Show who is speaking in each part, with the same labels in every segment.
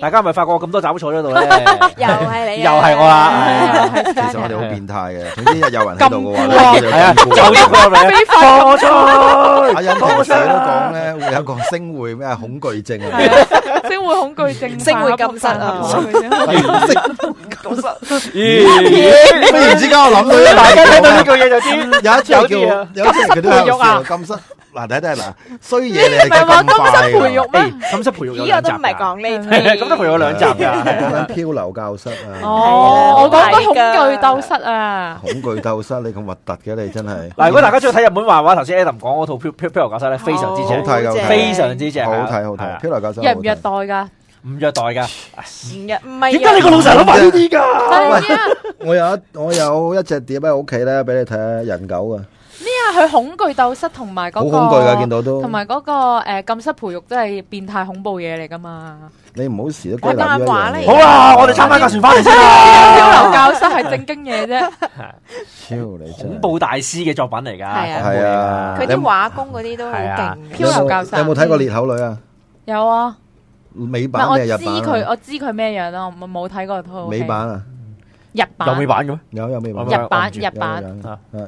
Speaker 1: 大家係咪發覺我咁多斬草喺度 咧，
Speaker 2: 又
Speaker 3: 哎
Speaker 2: 係你，啊
Speaker 1: 又係我啦
Speaker 2: 係啊
Speaker 3: 其實我哋好變態嘅，總之有人喺度嘅話
Speaker 2: 咁
Speaker 3: 咧，
Speaker 1: 係啊，
Speaker 3: 就
Speaker 1: 走咗 過嚟，放我出去，
Speaker 3: 阿欣平時都講咧，會有一個星會咩恐懼症啊，
Speaker 4: 星會恐懼症，
Speaker 2: 星會禁室啊
Speaker 1: 咦
Speaker 3: 忽然之間我諗到一
Speaker 1: 大家
Speaker 3: 樣
Speaker 1: 聽到
Speaker 3: 嘢
Speaker 1: 呢句嘢就知，
Speaker 3: 嗯有一
Speaker 1: 有啲啊
Speaker 3: 條叫有一條佢都有笑禁室。嗱，睇睇嗱，衰嘢你
Speaker 4: 唔
Speaker 3: 係
Speaker 4: 係話
Speaker 3: 咁
Speaker 4: 金
Speaker 3: 快
Speaker 4: 室培育
Speaker 3: 㗎，
Speaker 4: 咩？
Speaker 1: 誒，咁即哎培育有
Speaker 2: 咦，我
Speaker 1: 兩集
Speaker 2: 都唔係
Speaker 1: 㗎，
Speaker 2: 講呢 啲，
Speaker 1: 咁都培育有兩 集㗎，
Speaker 3: 講緊漂流教室啊，
Speaker 4: 哦，我
Speaker 2: 係啊
Speaker 4: 講個恐懼鬥室啊，
Speaker 3: 恐懼鬥室，你咁核突嘅你真係。
Speaker 1: 嗱，如果大家中意睇日本漫畫，頭先 Adam 講嗰套《漂漂漂流教室》咧，非常之
Speaker 3: 好
Speaker 1: 正
Speaker 3: 睇，㗎好睇
Speaker 1: 非常之正，
Speaker 3: 好睇好
Speaker 1: 係啊
Speaker 3: 睇，漂流教室好
Speaker 4: 虐
Speaker 3: 睇
Speaker 4: 唔虐待㗎？
Speaker 1: 唔虐待㗎。
Speaker 2: 唔日唔
Speaker 3: 哎
Speaker 2: 係啊
Speaker 1: 點解你個老細諗埋呢啲㗎？
Speaker 4: 係啊，
Speaker 3: 我有一我有一隻碟喺屋企咧，俾你睇下人狗啊，
Speaker 4: 因為佢恐懼鬥室同埋
Speaker 3: 好
Speaker 4: 嗰
Speaker 3: 恐
Speaker 4: 個
Speaker 3: 懼噶，見到都
Speaker 4: 同。埋嗰個誒禁室培育都係變態恐怖嘢嚟㗎嘛。
Speaker 3: 你唔好時都歸納呢一
Speaker 2: 漫畫
Speaker 3: 樣
Speaker 2: 嚟
Speaker 3: 嘢。
Speaker 1: 好啦，我哋參加架船翻嚟先
Speaker 3: 哎
Speaker 4: 漂
Speaker 1: 啦。
Speaker 4: 流教室係正經 嘢啫，
Speaker 3: 超你真係
Speaker 1: 恐怖大師嘅作品嚟㗎，
Speaker 2: 係啊
Speaker 3: 係
Speaker 1: 恐怖嚟㗎
Speaker 3: 啊
Speaker 2: 佢啲畫工嗰啲都好
Speaker 1: 係啊
Speaker 2: 勁
Speaker 3: 你有
Speaker 2: 嘅，
Speaker 3: 冇
Speaker 4: 漂流教室
Speaker 3: 你有冇睇過裂口女啊？
Speaker 4: 有啊。
Speaker 3: 美
Speaker 4: 唔係
Speaker 3: 版
Speaker 4: 我
Speaker 3: 定係
Speaker 4: 知
Speaker 3: 日版啊？
Speaker 4: 佢，我知佢咩樣咯，我冇睇過套戲
Speaker 3: 美版啊，
Speaker 4: 日版
Speaker 1: 有美版嘅咩？
Speaker 3: 有有美版，
Speaker 1: 我
Speaker 3: 有
Speaker 1: 咪
Speaker 4: 日版
Speaker 1: 我
Speaker 4: 日版，
Speaker 3: 有有
Speaker 1: 啊
Speaker 3: 啊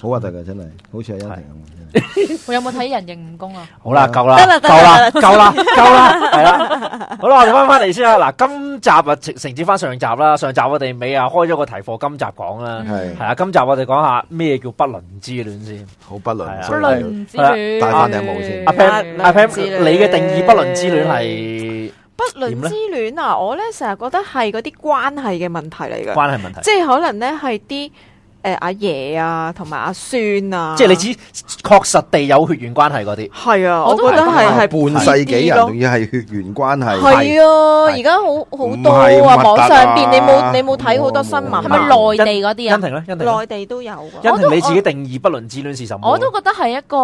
Speaker 3: 好核突噶真係，好似係欣婷咁真係。
Speaker 4: 我有冇睇人形蜈蚣啊？
Speaker 1: 好啦，夠啦
Speaker 2: 得啦，
Speaker 1: 夠啦，夠啦，夠啦，係啦。好啦，我哋翻翻嚟先啦。嗱，今集啊，承承接翻上集啦。上集我哋尾啊開咗個題課，今集講啦。係
Speaker 3: 係
Speaker 1: 啊，今集我哋講下咩叫不倫之戀先。
Speaker 3: 好不
Speaker 1: 係啊
Speaker 3: 倫，
Speaker 4: 不
Speaker 3: 所以係
Speaker 4: 倫之戀，
Speaker 3: 戴返頂帽先
Speaker 1: 阿
Speaker 2: 不
Speaker 1: Pam，
Speaker 4: 啊
Speaker 2: 倫
Speaker 1: 阿 Pam，
Speaker 2: 之戀
Speaker 1: 你嘅定義不倫之戀係
Speaker 2: 不倫之戀啊，我咧成日覺得係嗰啲關係嘅問題嚟嘅，
Speaker 1: 關係問題，
Speaker 2: 即係可能咧係啲誒阿爺啊，同埋阿孫啊，
Speaker 1: 即係你只確實地有血緣關係嗰啲。
Speaker 2: 係啊，
Speaker 4: 我
Speaker 2: 我
Speaker 4: 都係
Speaker 2: 覺得係係
Speaker 3: 半世紀人，
Speaker 2: 咯
Speaker 3: 仲要係血緣關係，
Speaker 2: 係啊，
Speaker 1: 係
Speaker 2: 而家好好多
Speaker 3: 唔係
Speaker 2: 啊，
Speaker 3: 核突啊
Speaker 2: 網上邊你冇你冇睇好多新聞啊，
Speaker 4: 係咪內地嗰啲
Speaker 1: 欣
Speaker 4: 啊？
Speaker 1: 婷咧，欣婷呢，
Speaker 2: 內地都有㗎？
Speaker 1: 欣
Speaker 4: 我
Speaker 1: 婷
Speaker 4: 都
Speaker 1: 你自己定義不倫之戀是什麼？
Speaker 4: 我都覺得係一個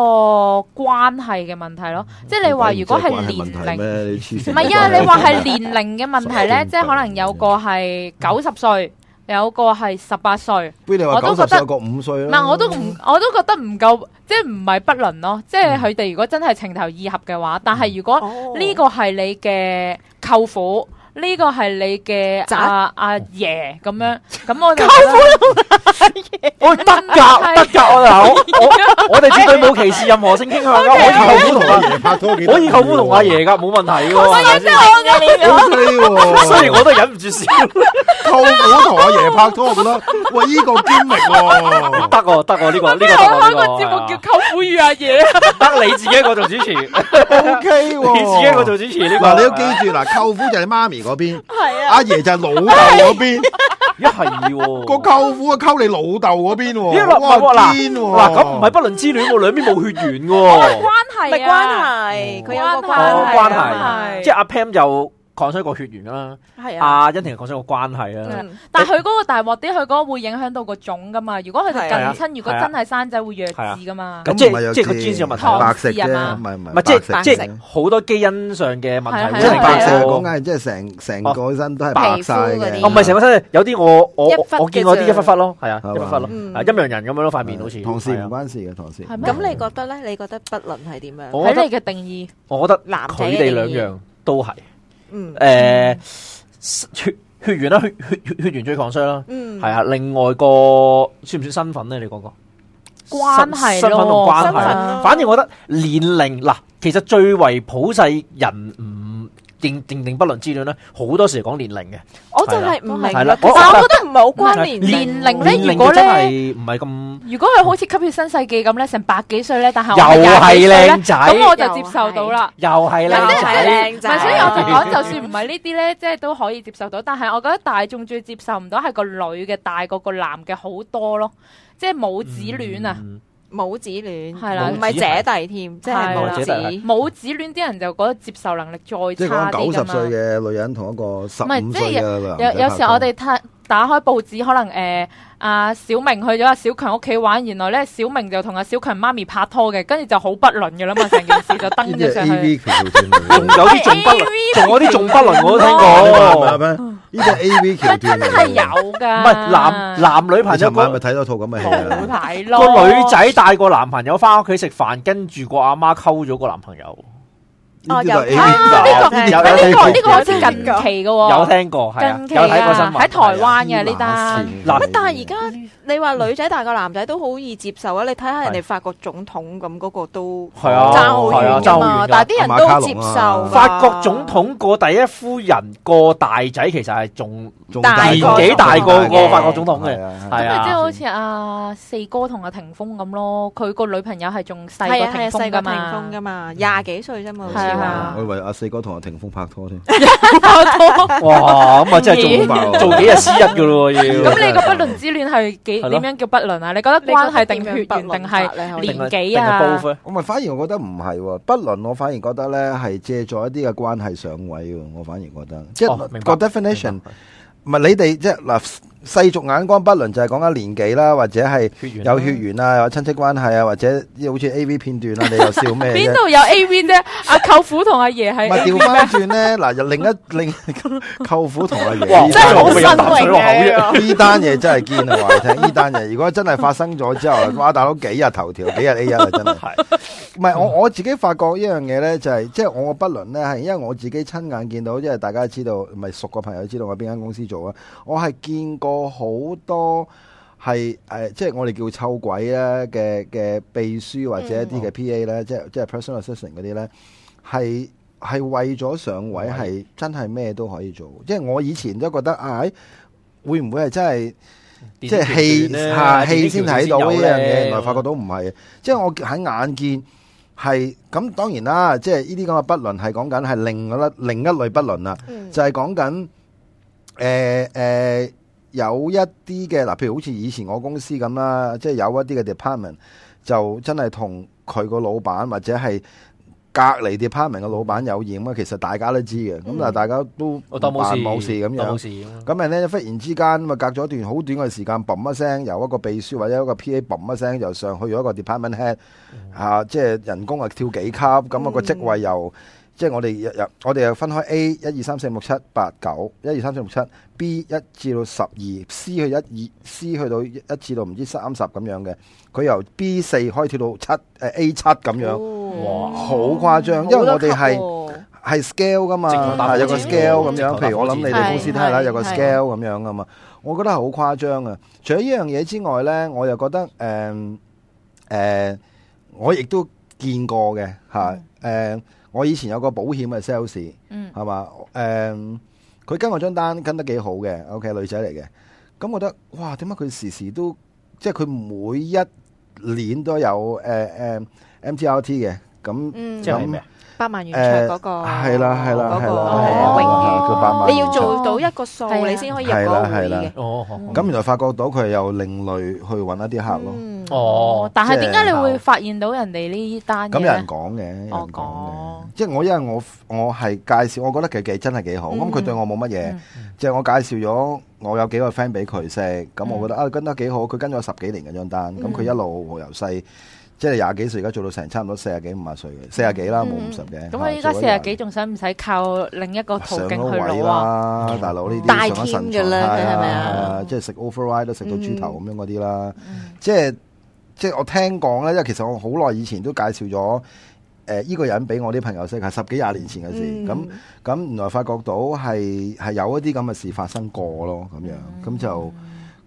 Speaker 4: 關係嘅問題咯，即係你話如果係年齡，
Speaker 3: 咩？你黐線
Speaker 4: 唔係啊，
Speaker 3: 關係
Speaker 4: 你話係年齡嘅問題咧，
Speaker 3: 神經病
Speaker 4: 即係可能有個係九十歲，有個係十八歲，
Speaker 3: 不如你話
Speaker 4: 我都
Speaker 3: 九十
Speaker 4: 覺得
Speaker 3: 歲有個五歲啦。
Speaker 4: 嗱我都唔我都覺得唔夠，即係唔係不倫咯，即係佢哋如果真係情投意合嘅話，但係如果
Speaker 2: 哦
Speaker 4: 呢個係你嘅舅父，呢個係你嘅
Speaker 2: 侄
Speaker 4: 阿阿爺咁樣，咁我哋舅父
Speaker 1: 喂，得噶，得噶，我嗱，我我我哋絕對冇歧視任何性傾向噶，我以舅父同阿
Speaker 3: 爺拍拖幾多
Speaker 1: 我以舅父同阿
Speaker 3: 哎
Speaker 1: 爺噶，冇問題噶。係咪先哦
Speaker 3: ，OK 喎。
Speaker 1: 雖然我都忍唔住笑，
Speaker 3: 舅父同阿爺拍拖咁啦，喂，呢個堅力喎。
Speaker 1: 得喎，得喎， 呢個呢個得
Speaker 4: 我
Speaker 1: 喎，
Speaker 4: 開
Speaker 1: 呢
Speaker 4: 個
Speaker 1: 個
Speaker 4: 節目叫《舅父與阿爺》啊，
Speaker 1: 得你自己一個做 主持，你自己
Speaker 3: O K 喎，
Speaker 1: 一個做主持呢個。
Speaker 3: 嗱，你要記住嗱，舅父就係媽咪嗰邊，
Speaker 2: 係啊，
Speaker 3: 阿爺就係老豆嗰邊，
Speaker 1: 一 係喎
Speaker 3: 個舅父啊溝你老豆嗰邊喎，
Speaker 1: 因為
Speaker 3: 哇
Speaker 1: 嗱
Speaker 3: 堅喎，
Speaker 1: 嗱咁唔係不倫之戀喎，兩邊冇血緣喎，
Speaker 4: 關
Speaker 2: 咪
Speaker 4: 係啊，
Speaker 2: 關係，佢有個
Speaker 1: 哦
Speaker 2: 關
Speaker 1: 關
Speaker 2: 係啊
Speaker 1: 係，即係阿 Pam 就講出個血緣啦，
Speaker 2: 嘛，係啊，
Speaker 1: 阿欣婷就講出個關係啦。
Speaker 2: 嗯
Speaker 4: 但係佢嗰個大鑊啲，佢嗰個會影響到個種噶嘛。如果佢哋
Speaker 2: 係啊
Speaker 4: 近親，如果真係生仔會弱智噶嘛。
Speaker 1: 咁
Speaker 3: 咁
Speaker 1: 即係
Speaker 3: 唔係
Speaker 1: 即係個
Speaker 3: 弱智
Speaker 1: genes 有問題
Speaker 3: 白色啫，
Speaker 4: 唐氏啊
Speaker 3: 唔係唔係，
Speaker 1: 唔係即係
Speaker 3: 白
Speaker 1: 即
Speaker 3: 色
Speaker 1: 係好多基因上嘅問題
Speaker 4: 係啊
Speaker 1: 會
Speaker 3: 即
Speaker 1: 令
Speaker 3: 係
Speaker 1: 到，
Speaker 3: 白
Speaker 2: 係
Speaker 3: 色
Speaker 2: 啊
Speaker 3: 係講緊係即係成嗯成個身都係白晒
Speaker 2: 白膚嗰
Speaker 3: 嘅
Speaker 2: 啲，
Speaker 1: 我哦唔係成個身，有啲我我
Speaker 2: 一忽嘅
Speaker 1: 我見過啲
Speaker 2: 啫
Speaker 1: 一忽忽咯，係啊，
Speaker 3: 係嘛
Speaker 1: 一忽忽咯，
Speaker 2: 嗯
Speaker 1: 啊陰陽人咁樣咯，塊面好似。
Speaker 3: 唐氏
Speaker 1: 係
Speaker 3: 唔
Speaker 1: 啊
Speaker 3: 嗯關事嘅唐氏。
Speaker 4: 係咩
Speaker 2: 咁你覺得咧？你覺得不倫係點樣？
Speaker 1: 我覺
Speaker 4: 喺
Speaker 1: 得
Speaker 4: 你嘅定義，
Speaker 1: 我覺得
Speaker 2: 男仔
Speaker 1: 佢哋兩樣都係
Speaker 2: 嗯
Speaker 1: 誒血血緣啦，血血血血緣最 concern 啦，
Speaker 2: 嗯，
Speaker 1: 係啊。另外個算唔算身份咧？你講講
Speaker 4: 關
Speaker 1: 身
Speaker 4: 係咯
Speaker 1: 份同關
Speaker 4: 身
Speaker 1: 係
Speaker 4: 份
Speaker 1: 啊
Speaker 2: 咯。
Speaker 1: 反而我覺得年齡嗱，其實最為普世人唔認認定不倫之戀咧，好多時係講年齡嘅。
Speaker 2: 我就係唔明
Speaker 1: 係啦
Speaker 2: 啦。
Speaker 1: 我
Speaker 2: 但我覺得唔係好關聯
Speaker 4: 年齡咧
Speaker 1: 年齡
Speaker 4: 如果
Speaker 1: 就
Speaker 4: 咧
Speaker 1: 真係唔係咁。
Speaker 4: 如果佢好似吸血新世紀咁咧，成百幾歲咧，但係我
Speaker 1: 又
Speaker 4: 係
Speaker 1: 係靚
Speaker 4: 廿幾歲
Speaker 1: 仔，
Speaker 4: 呢咁我就接受到啦。
Speaker 1: 哎又係
Speaker 2: 又
Speaker 1: 靚
Speaker 2: 係
Speaker 1: 仔，
Speaker 2: 靚
Speaker 4: 唔係，
Speaker 2: 仔，
Speaker 4: 所以我就講，就算唔係呢啲咧，即係都可以接受到。但係我覺得大眾最接受唔到係個女嘅大過個男嘅好多咯，即係母子戀啊！
Speaker 1: 嗯！
Speaker 2: 母子戀
Speaker 4: 係啦
Speaker 2: 唔係姐弟添，即係母
Speaker 1: 係啦
Speaker 2: 子。
Speaker 4: 母子戀啲人就覺得接受能力再
Speaker 3: 即係
Speaker 4: 差
Speaker 3: 講
Speaker 4: 啲
Speaker 3: 九
Speaker 4: 㗎
Speaker 3: 十
Speaker 4: 嘛。
Speaker 3: 歲嘅女人同一個十
Speaker 4: 唔係
Speaker 3: 五
Speaker 4: 即
Speaker 3: 歲
Speaker 4: 係
Speaker 3: 嘅男
Speaker 4: 有
Speaker 3: 仔
Speaker 4: 有
Speaker 3: 拍
Speaker 4: 時
Speaker 3: 拖
Speaker 4: 我哋太打開報紙，可能誒阿、小明去咗阿小強屋企玩，原來咧小明就同阿小強媽咪拍拖嘅，跟住就好不倫嘅啦 嘛，成件事就登
Speaker 3: 呢
Speaker 4: 咗
Speaker 3: 啲
Speaker 4: 上
Speaker 3: 係
Speaker 4: 去。
Speaker 3: A.V. 橋段嚟
Speaker 1: 有
Speaker 3: 嘅，
Speaker 1: 啲仲不倫，仲有啲仲不倫我都聽
Speaker 3: 你
Speaker 1: 過
Speaker 3: 明。白咩？呢啲係 A.V.
Speaker 4: 咪
Speaker 3: 橋
Speaker 4: 真
Speaker 3: 段嚟
Speaker 4: 係
Speaker 3: 嘅。
Speaker 4: 有㗎，
Speaker 1: 唔係男男女朋
Speaker 3: 你
Speaker 1: 友
Speaker 3: 尋晚咪
Speaker 1: 個
Speaker 3: 睇到套咁嘅戲
Speaker 4: 冇
Speaker 3: 啊？
Speaker 4: 睇咯，
Speaker 1: 個女仔帶個男朋友翻屋企食飯，跟住個阿媽溝咗個男朋友，
Speaker 3: 呢啲
Speaker 2: 哦
Speaker 3: 都係
Speaker 2: 有
Speaker 3: A.V.
Speaker 4: 啊呢個
Speaker 3: 呢啲
Speaker 1: 有
Speaker 3: 都係
Speaker 4: 呢個
Speaker 3: AV
Speaker 4: 呢個好似
Speaker 3: 橋
Speaker 4: 近
Speaker 3: 段嚟
Speaker 4: 期
Speaker 3: 嘅
Speaker 4: 嘅喎，
Speaker 1: 有聽過，係啊，
Speaker 4: 近期
Speaker 1: 有睇過新
Speaker 4: 啊
Speaker 1: 聞，
Speaker 4: 喺台灣嘅呢
Speaker 3: 黐
Speaker 4: 單。
Speaker 3: 線
Speaker 1: 嗱
Speaker 3: 嘅
Speaker 2: 但係而家你話女仔大過男仔都好易接受啊！你睇下人哋法國總統咁嗰個都
Speaker 1: 係啊，
Speaker 2: 爭好
Speaker 1: 係啊
Speaker 2: 遠
Speaker 1: 爭
Speaker 2: 㗎
Speaker 1: 好
Speaker 2: 嘛，
Speaker 1: 遠㗎
Speaker 2: 但係啲人都接受。
Speaker 1: 法國總，統個第一夫人個大仔其實係仲
Speaker 3: 仲
Speaker 2: 大
Speaker 1: 年
Speaker 2: 個
Speaker 1: 紀大過個
Speaker 2: 嘅
Speaker 1: 法國總統嘅，
Speaker 3: 係
Speaker 1: 係
Speaker 4: 咁咪即係
Speaker 1: 啊，
Speaker 4: 好似阿四哥同阿霆鋒咁咯，佢個女朋友係仲
Speaker 2: 係
Speaker 4: 細
Speaker 2: 啊
Speaker 4: 過
Speaker 2: 係啊，
Speaker 4: 霆
Speaker 2: 細個
Speaker 4: 鋒噶
Speaker 2: 霆鋒
Speaker 4: 嘛
Speaker 2: 噶，嘛，廿幾歲啫嘛，好似
Speaker 3: à.
Speaker 4: 係
Speaker 2: 話
Speaker 4: 啊。
Speaker 3: 我以為阿四哥同阿霆鋒拍拖添，
Speaker 1: 哇，咁啊真係
Speaker 3: 咁爆
Speaker 1: 做
Speaker 3: 啊
Speaker 1: 做幾日私一噶咯喎要。
Speaker 4: 咁你個不倫之戀係幾
Speaker 1: 係咯
Speaker 4: 點樣叫不倫啊？你覺得關係定血緣定係
Speaker 2: 係
Speaker 4: 連
Speaker 1: 定係
Speaker 4: 年紀
Speaker 1: 定係
Speaker 4: 啊
Speaker 1: both 咧
Speaker 3: 我咪反而我覺得唔係喎，不論我反而覺得咧係借助一啲嘅關係上位喎，我反而覺得即
Speaker 1: 哦
Speaker 3: 係
Speaker 1: 明白
Speaker 3: 個 definition 唔係你哋即係嗱世俗眼光不論就係講緊年紀啦，或者係
Speaker 1: 血緣
Speaker 3: 有血緣啊，有親戚關係啊，或者好似 A V 片段啊，你又笑咩
Speaker 4: 邊
Speaker 3: 啫？
Speaker 4: 度有 A V 啫？阿舅父同阿爺
Speaker 3: 唔
Speaker 4: 係
Speaker 3: 係調翻轉咧，嗱又另一另一舅父同阿爺
Speaker 1: 哇
Speaker 3: 呢
Speaker 2: 真係
Speaker 3: 單
Speaker 2: 好
Speaker 3: 嘢
Speaker 2: 新 穎
Speaker 4: 哦
Speaker 2: 啊！
Speaker 3: 呢單嘢真係堅啊！話你聽，呢單嘢如果真係發生咗之後，哇！大佬幾日頭條，幾日 A 一啊， 真係。唔係我我自己發覺一樣嘢咧，就係即係我不倫咧，係因為我自己親眼見到，因為大家知道，唔係熟個朋友知道我邊間公司做啊，我係見過好多。係誒、呃即係我哋叫臭鬼咧嘅嘅秘書或者一啲嘅 P.A. 咧、即係即係 personal assistant 嗰啲咧，係係為咗上位，係真係咩都可以做。即係我以前都覺得啊，唉會唔會係真係即係戲嚇戲先睇到呢樣嘢？原來發覺到唔係，即係我喺眼見係咁。當然啦，即係呢啲咁嘅不倫係講緊係另一另一類不倫啦。
Speaker 2: 嗯
Speaker 3: 就係講緊誒誒有一啲嘅嗱，譬如好似以前我公司咁啦，即係有一啲嘅 department 就真係同佢個老闆或者係隔離 department 嘅老闆有染啊，其實大家都知嘅，咁但係大家都
Speaker 1: 我當冇
Speaker 3: 扮
Speaker 1: 事
Speaker 3: 冇事咁
Speaker 1: 當
Speaker 3: 樣
Speaker 1: 冇。事咁
Speaker 3: 咁咪咧，忽然之間咁啊，隔咗一段好短嘅時間，嘣一聲，由一個秘書或者一個 P.A. 嘣一聲，由上去咗一個 department head，啊，即係人工啊跳幾級，咁啊個職位又即係我哋入入，我哋又分開 A 一二三四五六七八九，一二三四五六七，B 一至到十二，C 去一二，C 去到一至到唔知三十咁樣嘅，佢由 B 四開跳到七，誒 A 七咁
Speaker 2: 哦
Speaker 3: 樣，
Speaker 1: 哇
Speaker 3: 好誇張，因為我哋係。係 scale 噶嘛，啊
Speaker 1: 直頭打
Speaker 3: 係有個
Speaker 2: 火箭
Speaker 3: scale 咁
Speaker 1: 直頭
Speaker 3: 樣。
Speaker 1: 打
Speaker 3: 譬如我諗你哋公司
Speaker 2: 火箭
Speaker 3: 睇下啦，有個
Speaker 2: 係
Speaker 3: scale 咁樣噶嘛。我覺得係好誇張啊！除咗呢樣嘢之外咧，我又覺得誒誒、我亦都見過嘅嚇誒、我以前有個保險嘅 sales
Speaker 4: 嗯
Speaker 3: 係嘛誒，佢跟我張單跟得幾好嘅，OK 女仔嚟嘅。咁我覺得哇，點解佢時時都即係佢每一年都有誒誒、MTRT 嘅咁。
Speaker 2: 嗯
Speaker 1: 即係咩啊？
Speaker 2: 百萬元桌嗰個
Speaker 3: 係啦係啦
Speaker 2: 嗰
Speaker 3: 係
Speaker 2: 個
Speaker 3: 啦，
Speaker 4: 哦
Speaker 2: 榮譽，
Speaker 3: 佢百萬
Speaker 2: 你要做到一個數，
Speaker 4: 係啊
Speaker 2: 你先可以入嗰個會
Speaker 3: 係啦係
Speaker 2: 嘅
Speaker 3: 啦。
Speaker 1: 哦，哦
Speaker 3: 咁原來發覺到佢有另類去揾一啲客咯。
Speaker 2: 嗯
Speaker 1: 哦，
Speaker 4: 但係
Speaker 3: 即係
Speaker 4: 點解你會發現到人哋呢單
Speaker 3: 咁
Speaker 4: 嘅
Speaker 3: 有
Speaker 4: 咧
Speaker 3: 人？講嘅，有人
Speaker 4: 我
Speaker 3: 講
Speaker 4: 講
Speaker 3: 嘅，即係我因為我我係介紹，我覺得佢幾真係幾好。咁佢對我冇乜嘢
Speaker 4: 嗯，
Speaker 3: 即係我介紹咗我有幾個 friend 俾佢識，咁我覺得啊跟得幾好。佢跟咗我十幾年嘅張單，咁佢一路由細即係廿幾歲，而家做到成差唔多四十幾五十歲嘅，四十幾啦，冇五十嘅。
Speaker 4: 咁佢依家四十幾，仲使唔使靠另一個途
Speaker 3: 上
Speaker 4: 徑
Speaker 3: 咗
Speaker 4: 去
Speaker 3: 位
Speaker 4: 攞啊？
Speaker 3: 啦，大佬呢啲
Speaker 2: 大
Speaker 3: 上咗神
Speaker 2: team 㗎啦
Speaker 3: 台
Speaker 2: 佢係咪
Speaker 3: 係
Speaker 2: 啊
Speaker 3: 啊？即係食 override 都食到豬頭咁樣嗰啲啦。
Speaker 4: 嗯
Speaker 3: 即係即係我聽講咧，因為其實我好耐以前都介紹咗誒依個人俾我啲朋友識，係十幾廿年前嘅事。
Speaker 2: 嗯
Speaker 3: 咁咁、原來發覺到係係有一啲咁嘅事發生過咯，咁樣
Speaker 2: 嗯
Speaker 3: 咁就。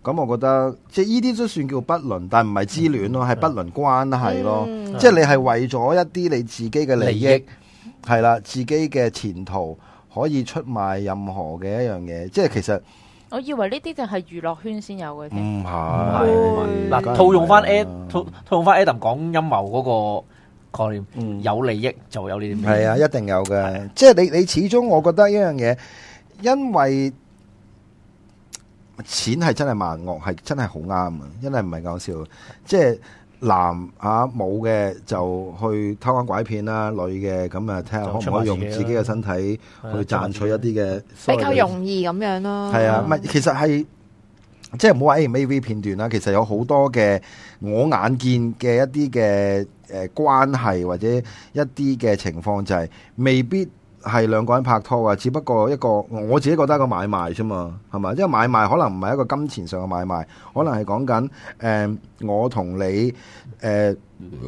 Speaker 3: 咁我覺得即係呢啲都算叫不倫，但唔係之戀咯，係不倫關係咯。
Speaker 2: 嗯
Speaker 3: 即係你係為咗一啲你自己嘅利
Speaker 1: 利益
Speaker 3: 益，係啦，自己嘅前途可以出賣任何嘅一樣嘢。即係其實
Speaker 4: 我以為呢啲就係娛樂圈先有嘅
Speaker 3: 唔
Speaker 4: 添。
Speaker 3: 係
Speaker 2: 唔係
Speaker 3: 梗係唔係
Speaker 1: 嗱，套用翻
Speaker 3: 啦嗯
Speaker 1: Ad 套套用翻 Adam 講陰謀嗰個概念，
Speaker 3: 嗯
Speaker 1: 有利益就有呢啲咩？
Speaker 3: 係啊，一定有嘅。即係你你始終，我覺得一樣嘢，因為錢係真係萬惡，係真係好啱啊！因為唔係講笑，即係男啊冇嘅就去偷奸拐騙啦，女嘅咁啊睇下可唔可以用自己嘅
Speaker 1: 啊
Speaker 3: 身體去賺取一啲嘅
Speaker 2: 比較容易咁樣咯。哦
Speaker 3: 係啊，唔係其實係即係唔好話 A 唔 AV 片段啦，其實有好多嘅我眼見嘅一啲嘅誒關係或者一啲嘅情況就係、未必。係兩個人拍拖啊，只不過一個我自己覺得一個買賣啫嘛，係咪？因為買賣可能唔係一個金錢上嘅買賣，可能係講緊誒我同你誒、呃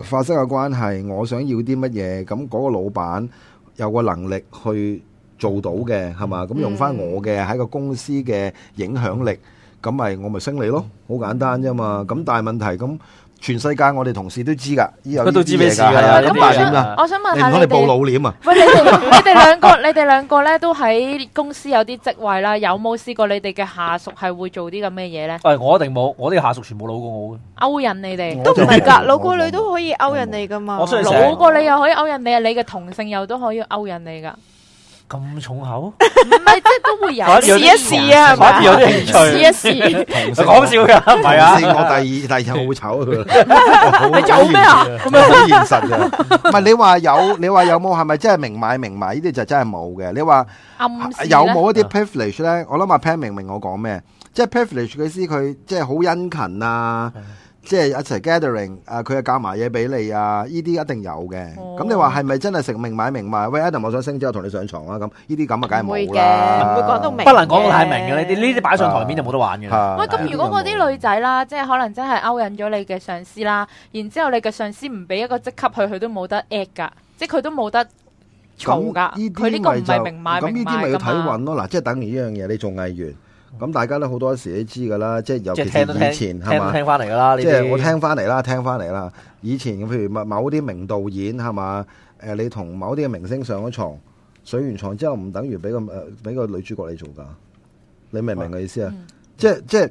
Speaker 3: 發生嘅關係，我想要啲乜嘢，咁嗰個老闆有個能力去做到嘅，係嘛？咁用翻我嘅喺個公司嘅影響力，咁咪我咪升你咯，好簡單啫嘛。咁但係問題咁，全世界我哋同事都知㗎，有呢
Speaker 1: 佢都
Speaker 3: 啲
Speaker 1: 知咩
Speaker 3: 嘢
Speaker 1: 事
Speaker 3: 㗎，
Speaker 1: 㗎
Speaker 3: 係啊，
Speaker 1: 呢啲
Speaker 3: 咁
Speaker 4: 咁
Speaker 3: 但
Speaker 4: 我
Speaker 3: 係點
Speaker 4: 想
Speaker 3: 啊？
Speaker 4: 我想問
Speaker 3: 你
Speaker 4: 下
Speaker 3: 唔
Speaker 4: 你
Speaker 3: 通你暴
Speaker 4: 哋，
Speaker 3: 露臉啊？
Speaker 4: 喂，你哋你哋兩個，你哋兩個咧都喺公司有啲職位啦，有冇試過你哋嘅下屬係會做啲咁嘅嘢咧？
Speaker 1: 喂，我一定冇，我啲下屬全部老過我嘅。
Speaker 4: 勾引你哋，
Speaker 2: 都
Speaker 3: 我
Speaker 2: 唔
Speaker 3: 就
Speaker 2: 係
Speaker 3: 冇
Speaker 2: 㗎，
Speaker 3: 我
Speaker 2: 老過
Speaker 3: 冇
Speaker 2: 女都可以勾人哋㗎嘛。
Speaker 1: 我雖然成日
Speaker 4: 老過你又可以勾引你啊，你嘅同性又都可以勾引你㗎，
Speaker 1: 咁重口，
Speaker 4: 唔係即係都 會有。
Speaker 1: 反而有
Speaker 2: 試一
Speaker 1: 啲
Speaker 2: 試啊，係
Speaker 1: 反而有
Speaker 2: 咪？
Speaker 1: 啲興
Speaker 2: 試
Speaker 1: 趣
Speaker 2: 一。試，
Speaker 3: 同性
Speaker 1: 講笑㗎，唔係啊
Speaker 3: 同性，我第二第二日好醜佢。你做咩啊？咁樣好現實嘅。唔係你話有，你話有冇係咪真係明買明賣？呢啲就真係冇嘅。你話
Speaker 4: 暗示
Speaker 3: 有
Speaker 4: 呢
Speaker 3: 冇一啲 privilege 咧？我諗阿 Pan 明唔明我講咩？即係 privilege 嘅意思，佢即係好殷勤啊，即係一齊 gathering 啊，佢又夾埋嘢俾你啊，呢啲一定有嘅。
Speaker 4: 哦
Speaker 3: 咁你話係咪真係食明買明賣？喂，Adam，我想升職，我同你上床啊！咁呢啲咁啊，梗係
Speaker 2: 唔會
Speaker 3: 冇
Speaker 2: 嘅，
Speaker 3: 啦，
Speaker 2: 唔會講到明嘅。
Speaker 1: 不能講到太明嘅呢啲，呢啲擺上
Speaker 3: 啊
Speaker 1: 台面就冇得玩嘅啦。
Speaker 3: 嚇。
Speaker 4: 喂，咁
Speaker 3: 呢
Speaker 4: 如果嗰
Speaker 3: 就冇
Speaker 4: 啲女仔啦，即係可能真係勾引咗你嘅上司啦，然之後你嘅上司唔俾一個職級佢，佢都冇得 at 噶，即係佢都冇得嘈噶。
Speaker 3: 咁呢啲
Speaker 4: 佢呢個唔係
Speaker 3: 咪就
Speaker 4: 明買
Speaker 3: 咁呢
Speaker 4: 明
Speaker 3: 啲咪
Speaker 4: 賣
Speaker 3: 要
Speaker 4: 噶
Speaker 3: 睇
Speaker 4: 嘛。
Speaker 3: 運咯。嗱，即係等於呢樣嘢，你做藝員，咁大家都好多時都知㗎啦。即係尤
Speaker 1: 即
Speaker 3: 其
Speaker 1: 係聽都
Speaker 3: 是以
Speaker 1: 聽，
Speaker 3: 前
Speaker 1: 聽
Speaker 3: 係
Speaker 1: 都
Speaker 3: 嘛？
Speaker 1: 聽翻嚟噶啦。呢
Speaker 3: 即係
Speaker 1: 啲
Speaker 3: 我聽翻嚟啦，聽翻嚟啦。以前譬如某某啲名導演係嘛？誒，你同某啲嘅明星上咗床，上完床之後唔等於俾個誒俾個女主角你做㗎。你明唔明我意思啊
Speaker 4: 嗯？
Speaker 3: 即係即係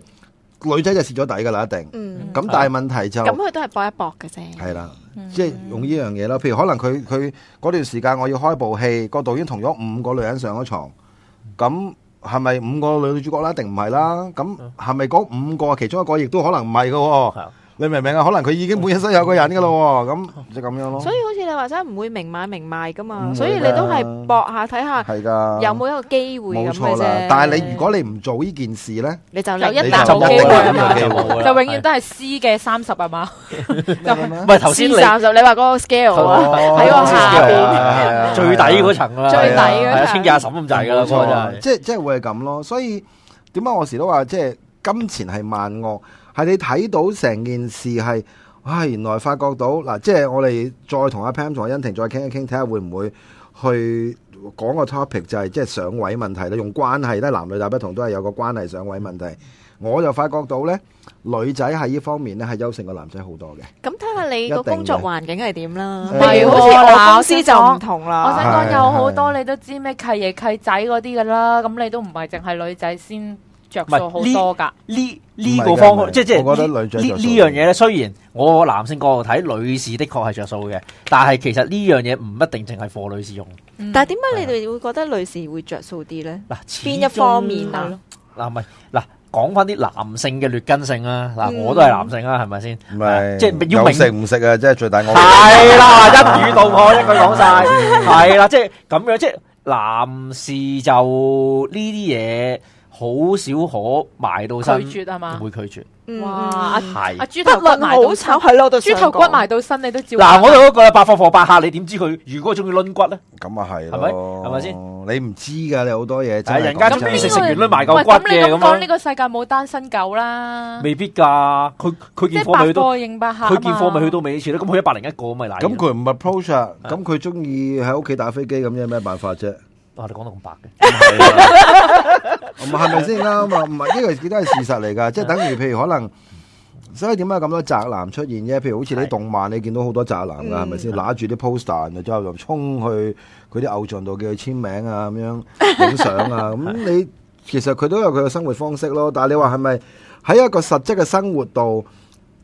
Speaker 3: 女仔就蝕咗底㗎啦，一定。
Speaker 2: 嗯，
Speaker 3: 咁但係問題就
Speaker 2: 咁佢都係搏一搏嘅啫。
Speaker 3: 係啦。
Speaker 4: 嗯
Speaker 3: 即係用呢樣嘢啦。譬如可能佢佢嗰段時間我要開部戲，個導演同咗五個女人上咗床，咁係咪五個女主角啦？定唔係啦？咁係咪嗰五個其中一個亦都可能唔係嘅
Speaker 1: 係
Speaker 3: 喎
Speaker 1: 啊？
Speaker 3: 你明唔明啊？可能佢已經本身有個人嘅咯喎，咁就咁樣咯。
Speaker 2: 所以好似你話齋唔會明買明賣噶嘛，
Speaker 3: 唔會
Speaker 2: 所以你都係搏下睇下
Speaker 3: 係㗎，
Speaker 2: 有冇一個機會
Speaker 3: Ờ. 冇
Speaker 2: 咁
Speaker 3: 錯
Speaker 2: 嘅
Speaker 3: 啦
Speaker 2: 啫。。
Speaker 3: 但係你如果你唔做呢件事 咧，
Speaker 2: 你就
Speaker 4: 就
Speaker 2: 另
Speaker 4: 一
Speaker 3: 你
Speaker 4: 旦
Speaker 3: 就
Speaker 4: 冇機
Speaker 3: 冇
Speaker 4: 會
Speaker 3: 啦
Speaker 4: 啊
Speaker 3: 咁
Speaker 4: 嘛，
Speaker 3: 就
Speaker 4: 就
Speaker 3: 冇
Speaker 1: 啦
Speaker 4: 永遠都係 C 嘅三十啊嘛。
Speaker 3: 明唔 明啊
Speaker 1: 唔係頭先
Speaker 2: C
Speaker 1: 你
Speaker 2: 三十，你話嗰個 scale 啊，
Speaker 3: 哦
Speaker 2: 喺我下
Speaker 3: 係
Speaker 2: 邊
Speaker 3: 啊係啊
Speaker 1: 最底嗰層啦，
Speaker 4: 最底嗰層
Speaker 1: 係啊千幾阿嬸咁滯㗎啦，
Speaker 3: 冇錯
Speaker 1: 嗰
Speaker 3: 啊
Speaker 1: 個真係。
Speaker 3: 即係即係會係咁咯。所以點解我時都話即係金錢係萬惡，係你睇到成件事係。唉，原來發覺到嗱，即係我哋再同阿 Pam 同阿欣婷再傾一傾，睇下會唔會去講個 topic 就係、即係上位問題啦，用關係咧，男女大不同都係有個關係上位問題。我就發覺到咧，女仔喺呢方面咧係優勝過男仔好多嘅。
Speaker 2: 咁睇下你
Speaker 3: 一定
Speaker 2: 個
Speaker 3: 嘅
Speaker 2: 工作環境係點啦。
Speaker 4: 唔
Speaker 2: 譬
Speaker 4: 係
Speaker 2: 如
Speaker 4: 喎
Speaker 2: 好似我
Speaker 4: 嗱
Speaker 2: 公司就唔同
Speaker 3: 啊
Speaker 4: 我
Speaker 2: 啦，
Speaker 4: 想講有好
Speaker 3: 係
Speaker 4: 多你都知咩契爺契仔嗰啲噶啦，咁你都唔係淨係女仔先着數好
Speaker 1: 唔係呢
Speaker 4: 多㗎。
Speaker 1: 呢呢
Speaker 3: 唔係
Speaker 1: 個
Speaker 3: 㗎
Speaker 1: 方
Speaker 3: 唔係
Speaker 1: 向，即係即係
Speaker 3: 我覺得
Speaker 1: 呢
Speaker 3: 女仔
Speaker 1: 呢
Speaker 3: 着數
Speaker 1: 呢樣嘢咧。雖然我男性角度睇，女士的確係着數嘅，但係其實呢樣嘢唔一定淨係貨女士用。
Speaker 4: 嗯
Speaker 2: 但係點解你哋會覺得女士會着數啲咧？
Speaker 1: 嗱，
Speaker 2: 邊一方面啊？
Speaker 1: 嗱，唔係嗱，講翻啲男性嘅劣根性啦。嗱，
Speaker 2: 嗯
Speaker 1: 我都係男性啊啦，係咪先？
Speaker 3: 唔係，
Speaker 1: 即係要明
Speaker 3: 食唔食啊！即係最大我
Speaker 1: 係啦，一語道破，一句 講晒，係啦，即係咁樣，即係男士就呢啲嘢好少可埋到身，
Speaker 4: 拒絕係嘛
Speaker 1: 會拒絕。
Speaker 2: 嗯
Speaker 4: 哇
Speaker 2: 啊嗯
Speaker 1: 係
Speaker 4: 阿豬
Speaker 2: 不
Speaker 4: 頭啊骨
Speaker 2: 論
Speaker 4: 埋
Speaker 2: 好
Speaker 4: 到
Speaker 2: 醜，係咯，我就
Speaker 4: 豬
Speaker 2: 想
Speaker 4: 頭骨
Speaker 2: 講
Speaker 4: 埋到身，你都照
Speaker 1: 嗱，我哋嗰個百貨貨百客，你點知佢如果中意攆骨咧？
Speaker 3: 咁啊係
Speaker 1: 係咪
Speaker 3: 咯，
Speaker 1: 係咪先
Speaker 3: 你唔知㗎，你好多嘢真
Speaker 1: 係啊
Speaker 3: 係
Speaker 1: 人
Speaker 3: 講
Speaker 1: 家
Speaker 3: 真
Speaker 1: 中意食
Speaker 4: 呢
Speaker 1: 食
Speaker 4: 個
Speaker 1: 完都賣嚿
Speaker 4: 喂
Speaker 1: 骨
Speaker 4: 咁你
Speaker 1: 嘅
Speaker 4: 咁
Speaker 1: 咁
Speaker 4: 講呢
Speaker 1: 樣，
Speaker 4: 個世界冇單身狗啦，
Speaker 1: 未必㗎。佢佢
Speaker 4: 啊即
Speaker 1: 件
Speaker 4: 係
Speaker 1: 貨
Speaker 4: 百
Speaker 1: 咪去到，
Speaker 4: 貨應百客啊嘛
Speaker 1: 佢件貨咪去到尾次咧。咁佢一百零一個咪嗱。
Speaker 3: 咁佢唔 approach 啊，
Speaker 1: 係
Speaker 3: 咁佢中意喺屋企打飛機咁，有咩辦法啫？
Speaker 1: 哇，你講到咁白嘅。
Speaker 3: 唔係咪先啦？咁啊，唔係呢個亦都係事實嚟㗎，即係等於譬如可能。所以點解咁多宅男出現啫？譬如好似啲
Speaker 1: 係
Speaker 3: 動漫，你見到好多宅男㗎，係咪先？揦住啲 poster，然之後就衝去佢啲偶像度叫佢簽名啊，咁樣影相啊。咁你其實佢都有佢嘅生活方式咯。但係你話係咪喺一個實質嘅生活度？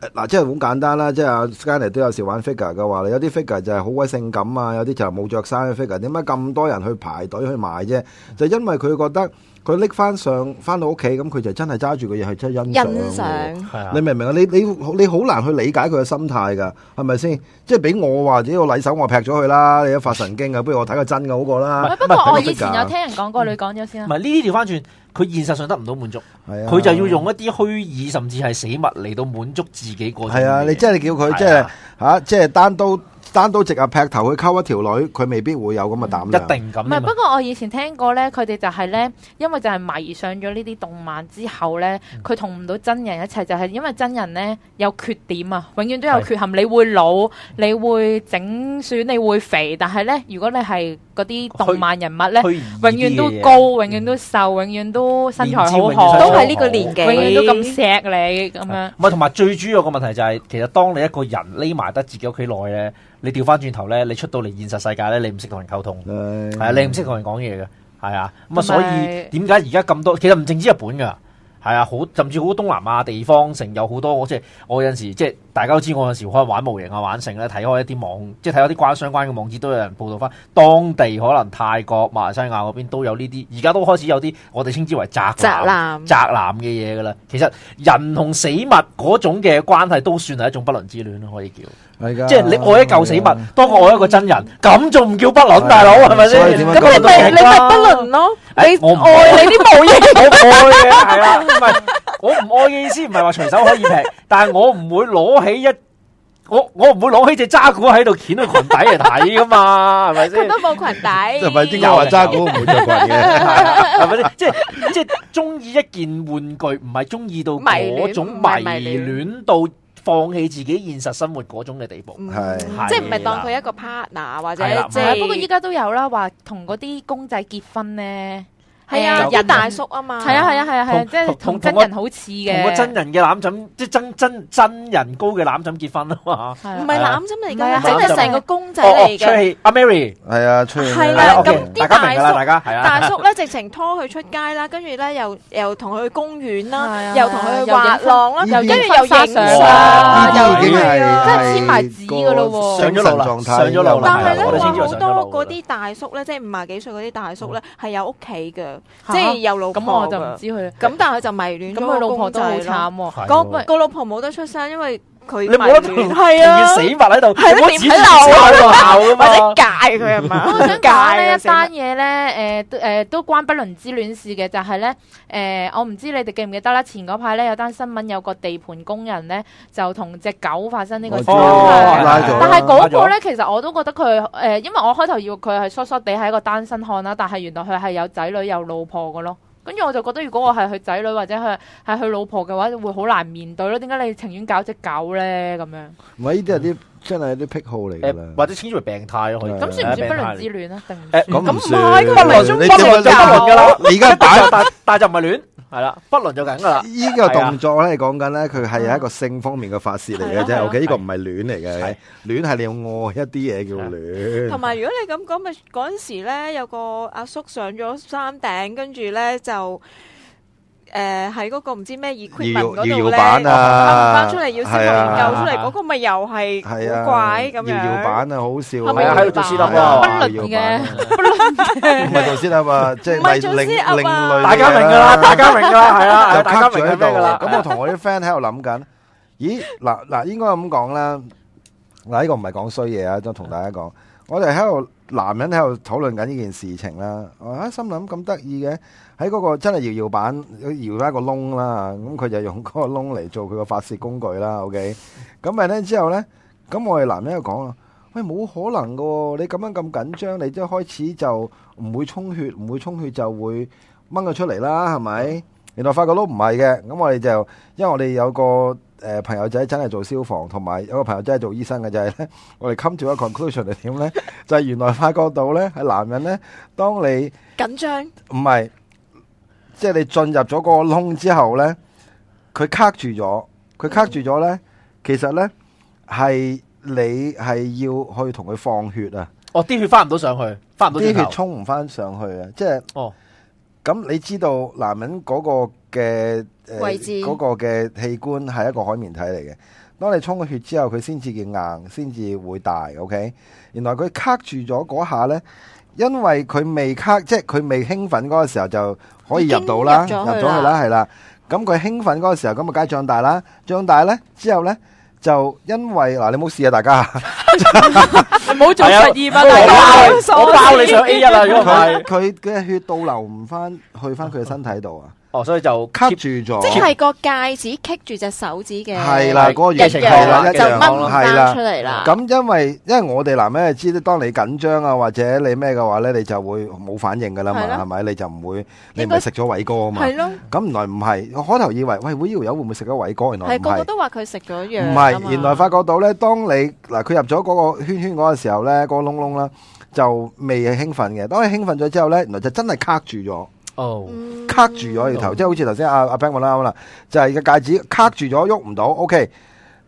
Speaker 3: 誒嗱，即係好簡單啦，即係阿 Scanner 都有時玩 figure 嘅話，有啲 figure 就係好鬼性感啊，有啲就係冇着衫嘅 figure。點解咁多人去排隊去買啫？就因為佢覺得佢拎翻上翻到屋企，咁佢就真係揸住個嘢去真係欣賞
Speaker 2: 欣
Speaker 3: 喎。
Speaker 2: 賞
Speaker 1: 係啊
Speaker 3: 你明唔明啊？你你你好難去理解佢嘅心態㗎，係咪先？即係俾我話，自己個禮手我劈咗佢啦，你一發神經啊！不如我睇個真嘅好過
Speaker 1: 唔係
Speaker 3: 啦。
Speaker 4: 喂不
Speaker 1: 啊唔係
Speaker 4: 過我
Speaker 3: 佢
Speaker 4: 以前
Speaker 3: 㗎
Speaker 4: 有聽人講過，你講咗先
Speaker 1: 唔
Speaker 4: 啦。
Speaker 1: 係呢啲調翻轉，佢現實上得唔到滿足，
Speaker 3: 係啊
Speaker 1: 佢就要用一啲虛擬甚至係死物嚟到滿足自己嗰種嘢。
Speaker 3: 係啊！你即係你叫佢即
Speaker 1: à.
Speaker 3: 係吓，即係單刀單刀直入劈頭去溝一條女，佢未必會有咁嘅膽量。
Speaker 1: 一定咁㗎
Speaker 4: 唔
Speaker 1: 嘛。
Speaker 4: 係，不過我以前聽過咧，佢哋就係咧，因為就係迷上咗呢啲動漫之後咧，
Speaker 1: 嗯
Speaker 4: 佢同唔到真人一齊，就係因為真人咧有缺點啊，永遠都有缺陷。你會老，你會整損，你會肥，但係咧，如果你係嗰啲動漫人物咧，
Speaker 1: 虛
Speaker 4: 永
Speaker 1: 擬啲
Speaker 4: 遠
Speaker 1: 嘅嘢
Speaker 4: 都高，永遠都瘦，永遠都身材好好，
Speaker 2: 都係呢個年紀
Speaker 4: 永遠都咁錫你咁樣。
Speaker 1: 唔係，同埋最主要個問題就係、其實當你一個人匿埋得自己屋企耐咧，你調翻轉頭咧，你出到嚟現實世界咧，你唔識同人溝通，
Speaker 3: 係
Speaker 1: 係啊，你唔識同人講嘢嘅，係啊，咁啊，
Speaker 4: 同
Speaker 1: 所以
Speaker 4: 埋
Speaker 1: 點解而家咁多？其實唔淨止日本㗎，係啊，好甚至好多東南亞地方城有好多，我即係我有陣時即係大家都知，我有陣時可能玩模型啊、玩成咧，睇開一啲網，即係睇開啲關相關嘅網址都有人報道翻，當地可能泰國、馬來西亞嗰邊都有呢啲，而家都開始有啲我哋稱之為宅
Speaker 2: 宅
Speaker 1: 男
Speaker 2: 男
Speaker 1: 宅男嘅嘢噶啦。其實人同死物嗰種嘅關係都算係一種不倫之戀咯，可以叫。
Speaker 3: 係㗎
Speaker 1: 即係你愛一嚿死物，當我愛一個真人，咁仲唔叫不倫，
Speaker 3: 係
Speaker 1: 大佬係咪
Speaker 3: 所以
Speaker 1: 先？
Speaker 3: 點解
Speaker 1: 咁
Speaker 2: 咁你咪你咪不倫咯，
Speaker 1: 誒
Speaker 2: 你
Speaker 1: 我唔
Speaker 2: 愛你啲模型。
Speaker 1: 我唔愛嘅係啦，唔係 我唔愛嘅意思唔係話隨手可以劈， 但係我唔會攞起一我我唔會攞起只渣古喺度掀佢裙底嚟睇噶嘛，係咪先
Speaker 2: 佢？都冇裙底，
Speaker 3: 就唔係應該話揸股唔會着裙嘅。
Speaker 1: 係咪先？即係即係中意一件玩具，唔係中意到嗰種迷
Speaker 2: 迷戀唔係迷
Speaker 1: 戀到放棄自己現實生活嗰種嘅地步。
Speaker 2: 嗯
Speaker 3: 係
Speaker 2: 即係唔係當佢一個 partner 或者
Speaker 1: 係啦
Speaker 2: 即
Speaker 1: 唔係
Speaker 2: 係，
Speaker 4: 不過依家都有啦，話同嗰啲公仔結婚咧，
Speaker 2: 係啊，
Speaker 4: 有
Speaker 2: 一大叔啊嘛，
Speaker 4: 係啊係啊係啊係啊，
Speaker 1: 同
Speaker 4: 即係
Speaker 1: 同
Speaker 4: 同真
Speaker 1: 同個
Speaker 4: 人好似
Speaker 1: 同
Speaker 4: 嘅。
Speaker 1: 個真人嘅攬枕，即係真真真人高嘅攬枕結婚啊嘛！
Speaker 4: 係啊
Speaker 2: 唔係攬針嚟
Speaker 4: 唔係
Speaker 2: 㗎，
Speaker 4: 啊
Speaker 2: 真係
Speaker 4: 攬針
Speaker 2: 成個公仔
Speaker 1: 哦哦，
Speaker 2: 嚟
Speaker 1: 吹
Speaker 2: 嘅。
Speaker 1: 氣阿 Mary
Speaker 3: 係啊，出現
Speaker 2: 係
Speaker 1: 係啦
Speaker 2: 啦，
Speaker 3: 啦
Speaker 1: À, ，OK，
Speaker 2: 咁啲
Speaker 1: 大家明㗎啦，
Speaker 2: 大
Speaker 1: 大
Speaker 2: 叔
Speaker 1: 家係啦。
Speaker 2: 大叔咧直情拖佢出街啦，跟住咧又又同佢去公園
Speaker 4: 係
Speaker 2: 啦，
Speaker 4: 啊
Speaker 2: 又同佢去滑浪啦，
Speaker 3: 又
Speaker 2: 跟
Speaker 3: 影
Speaker 2: 住又影相
Speaker 4: 哇
Speaker 2: 啦，
Speaker 4: 呢
Speaker 2: 又
Speaker 4: 啲
Speaker 3: 已經係
Speaker 4: 真係黐埋紙㗎咯喎
Speaker 1: 上咗路啦
Speaker 3: 狀態
Speaker 1: 上咗路啦
Speaker 2: 但係咧
Speaker 1: 我
Speaker 2: 話
Speaker 1: 哋先知道
Speaker 2: 好
Speaker 1: 上咗路㗎
Speaker 2: 多
Speaker 1: 啦
Speaker 2: 嗰啲大叔咧，即係五廿幾歲嗰啲大叔咧係有屋企嘅，
Speaker 4: 嚇
Speaker 2: 即係有老婆
Speaker 4: 咁我就唔
Speaker 2: 㗎
Speaker 4: 知佢啦。
Speaker 2: 咁但係佢就迷戀
Speaker 4: 咁
Speaker 2: 咗個
Speaker 4: 佢老婆
Speaker 2: 公
Speaker 4: 都好
Speaker 2: 仔
Speaker 4: 慘
Speaker 2: 咯
Speaker 4: 喎。
Speaker 1: 係
Speaker 2: 個
Speaker 1: 喎
Speaker 2: 個老婆冇得出聲，因為佢
Speaker 1: 你冇得 同
Speaker 2: 迷戀
Speaker 1: 同
Speaker 2: 係
Speaker 1: 件
Speaker 2: 啊，
Speaker 1: 死物喺度，
Speaker 2: 係咯
Speaker 1: 你冇指
Speaker 2: 點鬧啊
Speaker 1: 喺度鬧
Speaker 2: 或者
Speaker 1: 噶嘛？
Speaker 2: 戒佢係嘛？
Speaker 4: 我想講咧
Speaker 2: 戒
Speaker 4: 一
Speaker 2: 佢死物
Speaker 4: 單嘢咧，誒都誒都關不倫之戀事嘅，就係咧誒，我唔知你哋記唔記得啦。前嗰排咧有單新聞，有個地盤工人咧就同只狗發生呢個
Speaker 3: 我
Speaker 4: 事
Speaker 3: 知
Speaker 4: 故。
Speaker 1: 哦
Speaker 3: 拉咗啦
Speaker 4: 但係嗰個
Speaker 1: 拉
Speaker 4: 咧，其實我都覺得佢誒、因為我開頭以為佢係疏疏地係一個單身漢啦，但係原來佢係有仔女有老婆嘅咯。跟住我就覺得，如果我係佢仔女或者佢係佢老婆嘅話，會好難面對咯。點解你情願搞只狗咧咁樣？
Speaker 3: 唔係呢啲係啲真係啲癖好嚟㗎啦
Speaker 1: 誒，。或者稱之為病態咯，可以
Speaker 3: 係
Speaker 4: 咁算唔算不倫之
Speaker 1: 戀？
Speaker 4: 戀啊？定唔
Speaker 1: 誒
Speaker 4: 算？
Speaker 3: 咁唔
Speaker 2: 咁唔
Speaker 3: 算
Speaker 2: 係，
Speaker 1: 不倫
Speaker 3: 你
Speaker 1: 中不
Speaker 3: 你點
Speaker 1: 倫
Speaker 3: 解
Speaker 1: 就不倫㗎啦，
Speaker 3: 你而家擺
Speaker 1: 但但但 就唔係戀，係啦，不倫就緊㗎啦。
Speaker 3: 呢個動作咧，講緊咧，佢係一個性方面嘅發泄嚟嘅
Speaker 4: 係
Speaker 3: 啫。
Speaker 4: 啊
Speaker 3: OK，呢
Speaker 1: 係啊
Speaker 3: 個唔係戀嚟嘅
Speaker 1: 係，
Speaker 3: 戀係你要愛一啲嘢叫戀。
Speaker 2: 同埋如果你咁講，咪嗰陣時咧有個阿叔上咗山頂，跟住咧就誒喺嗰個唔知咩 equipment
Speaker 3: 搖
Speaker 2: 嗰度
Speaker 3: 搖
Speaker 2: 咧，
Speaker 3: 板啊
Speaker 2: 翻出嚟要小學研究出
Speaker 1: 係
Speaker 2: 嚟，
Speaker 1: 啊
Speaker 2: 嗰個咪又係
Speaker 3: 係
Speaker 2: 古
Speaker 3: 啊，
Speaker 2: 怪咁
Speaker 3: 搖搖
Speaker 2: 樣。
Speaker 3: 板啊，好笑
Speaker 4: 係
Speaker 1: 咪
Speaker 3: 啊，
Speaker 1: 喺度
Speaker 3: 搖
Speaker 1: 做私
Speaker 3: 搖
Speaker 1: 諗
Speaker 3: 板啊
Speaker 1: 喎
Speaker 4: 不倫嘅，
Speaker 3: 唔係做先啊嘛，即
Speaker 2: 唔係
Speaker 3: 係
Speaker 2: 做
Speaker 3: 另另另
Speaker 2: 先啊嘛
Speaker 3: 類嘅
Speaker 1: 大家明㗎啦，大家明㗎啦，係啦，
Speaker 3: 就
Speaker 1: 大家明
Speaker 3: 卡
Speaker 1: 係
Speaker 3: 咗喺度
Speaker 1: 咩㗎啦？
Speaker 3: 咁我同我啲 friend 喺度諗緊，咦嗱 嗱，應該咁講啦。嗱，呢個唔係講衰嘢啊，都同大家講，我哋喺度男人喺度討論緊呢件事情啦。我啊心諗咁得意嘅，喺嗰個真係搖搖板搖翻個窿啦，咁佢就用嗰個窿嚟做佢個發泄工具啦。OK，咁咪咧之後咧，咁我哋男人就講啦。喂，冇可能噶喎！你咁樣咁緊張，你即係開始就唔會充血，唔會充血就會掹佢出嚟啦，係咪？原來發覺都唔係嘅，咁我哋就因為我哋有個誒、呃朋友仔真係做消防，同埋有個朋友仔係做醫生嘅，就係、呢。咧， 我哋 come to 一個 conclusion 係點咧？ 就係原來發覺到咧，係男人咧，當你
Speaker 2: 緊張，
Speaker 3: 唔係，即係你進入咗個窿之後咧，佢卡住咗，佢卡住咗咧，其實咧係你係要去同佢放血啊，
Speaker 1: 哦，啲血翻唔到上去，翻唔到
Speaker 3: 啲
Speaker 1: 轉
Speaker 3: 血
Speaker 1: 頭。
Speaker 3: 衝唔翻上去啊，即係
Speaker 1: 哦，
Speaker 3: 咁你知道男人嗰個嘅、呃、
Speaker 2: 位置
Speaker 3: 嗰個嘅器官係一個海綿體嚟嘅。當你沖咗血之後，佢先至叫硬，先至會大。OK，原來佢卡住咗嗰下呢，因為佢未卡，即係佢未興奮嗰個時候就可以入到啦，
Speaker 4: 已
Speaker 3: 入
Speaker 4: 經入
Speaker 3: 咗
Speaker 4: 咗去啦
Speaker 3: 去啦，係啦。咁佢興奮嗰個時候，咁啊梗係脹大啦，脹大咧之後咧就因為嗱，你冇事啊，大家。
Speaker 4: 唔好做實驗啊，
Speaker 1: 係
Speaker 4: 大
Speaker 1: 啊
Speaker 4: 佬。
Speaker 1: 我爆你上 A 一啦，如果唔
Speaker 3: 佢
Speaker 1: 係，
Speaker 3: 佢嘅血倒流唔翻去翻佢嘅身體度啊，
Speaker 1: 哦，所以就
Speaker 3: 卡
Speaker 1: keep-
Speaker 3: 住咗，
Speaker 5: 即係個戒指棘住隻手指嘅，
Speaker 3: 係啦，嗰個
Speaker 5: 一
Speaker 3: 原
Speaker 5: 樣
Speaker 3: 情
Speaker 1: 一
Speaker 3: 係啦，
Speaker 1: 樣
Speaker 3: 一
Speaker 5: 就掹
Speaker 3: 樣啦係
Speaker 5: 翻出
Speaker 3: 啦。
Speaker 5: 嚟啦。
Speaker 3: 咁因為因為我哋男人係知，當你緊張啊或者你咩嘅話咧，你就會冇反應噶啦嘛，
Speaker 2: 係啦
Speaker 3: 係咪？你就唔會，你唔
Speaker 2: 應該
Speaker 3: 係食咗偉哥啊嘛。
Speaker 2: 係咯，
Speaker 3: 咁原來唔係，我開頭以為喂，會呢條友會唔會食咗偉哥？原來
Speaker 5: 係
Speaker 3: 唔
Speaker 5: 個個
Speaker 3: 係。
Speaker 5: 都話佢食咗藥
Speaker 3: 唔
Speaker 5: 㗎嘛，
Speaker 3: 係，原來發覺到咧，當你嗱佢入咗嗰個圈圈嗰個時候咧，嗰、個窿窿啦，就未係興奮嘅。當你興奮咗之後咧，原來就真係卡住咗。
Speaker 1: 哦，
Speaker 5: 嗯
Speaker 3: 卡住咗條頭，
Speaker 1: 嗯
Speaker 3: 即係好似頭先阿阿 Ben 講得啱啦，就係個戒指卡住咗，喐唔到。OK，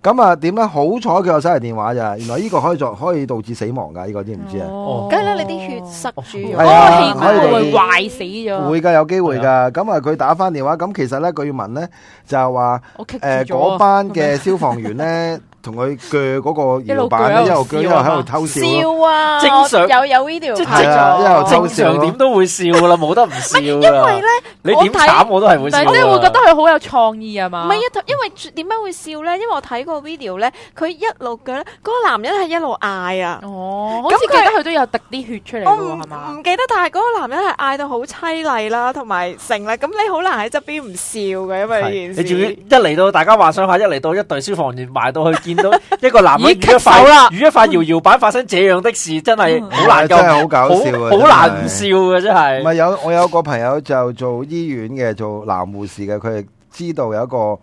Speaker 3: 咁啊點咧？好彩佢有手提電話咋，原來呢個可以作可以導致死亡㗎，呢個知唔知啊？
Speaker 4: 哦
Speaker 5: 梗係啦，你啲血塞住咗，
Speaker 4: 嗰
Speaker 3: 係啊
Speaker 4: 個器官
Speaker 3: 可以
Speaker 4: 會壞死咗，
Speaker 3: 會㗎，有機會㗎。咁哦啊，佢打翻電話，咁其實咧，佢要問咧就係話
Speaker 4: 我棘住
Speaker 3: 誒
Speaker 4: 咗
Speaker 3: 嗰
Speaker 4: 啊
Speaker 3: 班嘅消防員 咧，同佢鋸嗰個搖板咧，一
Speaker 4: 一
Speaker 3: 路
Speaker 4: 路
Speaker 3: 鋸
Speaker 4: 鋸
Speaker 3: 一
Speaker 4: 一
Speaker 3: 路
Speaker 4: 路
Speaker 3: 喺度
Speaker 4: 笑啊
Speaker 3: 偷笑咯。
Speaker 5: 笑啊，
Speaker 1: 正常
Speaker 5: 我有有 video
Speaker 1: 即係
Speaker 5: 睇
Speaker 3: 係啊，一路
Speaker 5: 咗。
Speaker 3: 偷
Speaker 1: 正
Speaker 3: 笑
Speaker 1: 常
Speaker 3: 咯
Speaker 1: 點。都會笑啦，冇得唔笑因為咧，你
Speaker 5: 我
Speaker 1: 點
Speaker 5: 睇
Speaker 1: 慘我都係
Speaker 4: 唔
Speaker 1: 會笑
Speaker 4: 係
Speaker 1: 㗎。
Speaker 4: 即係會覺得佢好有創意啊嘛？
Speaker 2: 唔係一頭，因為點解會笑咧？因為我睇過 video 咧，佢一路嘅咧，嗰、個男人係一路嗌啊！
Speaker 4: 哦，好似記
Speaker 2: 咁佢
Speaker 4: 得佢都有滴啲血出嚟
Speaker 2: 我唔
Speaker 4: 嘅
Speaker 3: 哦
Speaker 4: 喎，係嘛？
Speaker 2: 唔記得，但係嗰個男人係嗌到好凄厲啦，同埋成啦，咁你好難喺側邊唔笑嘅，因為呢
Speaker 1: 係
Speaker 2: 件事。
Speaker 1: 你仲要一嚟到，大家幻想下，一嚟到一隊消防員埋到去，見到一個男人與
Speaker 4: 已
Speaker 1: 一
Speaker 4: 經棘手啦
Speaker 1: 塊與一塊搖搖板發生這樣的事，真係好難夠，
Speaker 3: 真係好搞笑啊
Speaker 1: 好好難
Speaker 3: 真係
Speaker 1: 唔笑嘅
Speaker 3: 唔
Speaker 1: 真係。
Speaker 3: 係有我有個朋友就做醫院嘅，做男護士嘅，佢係知道有一個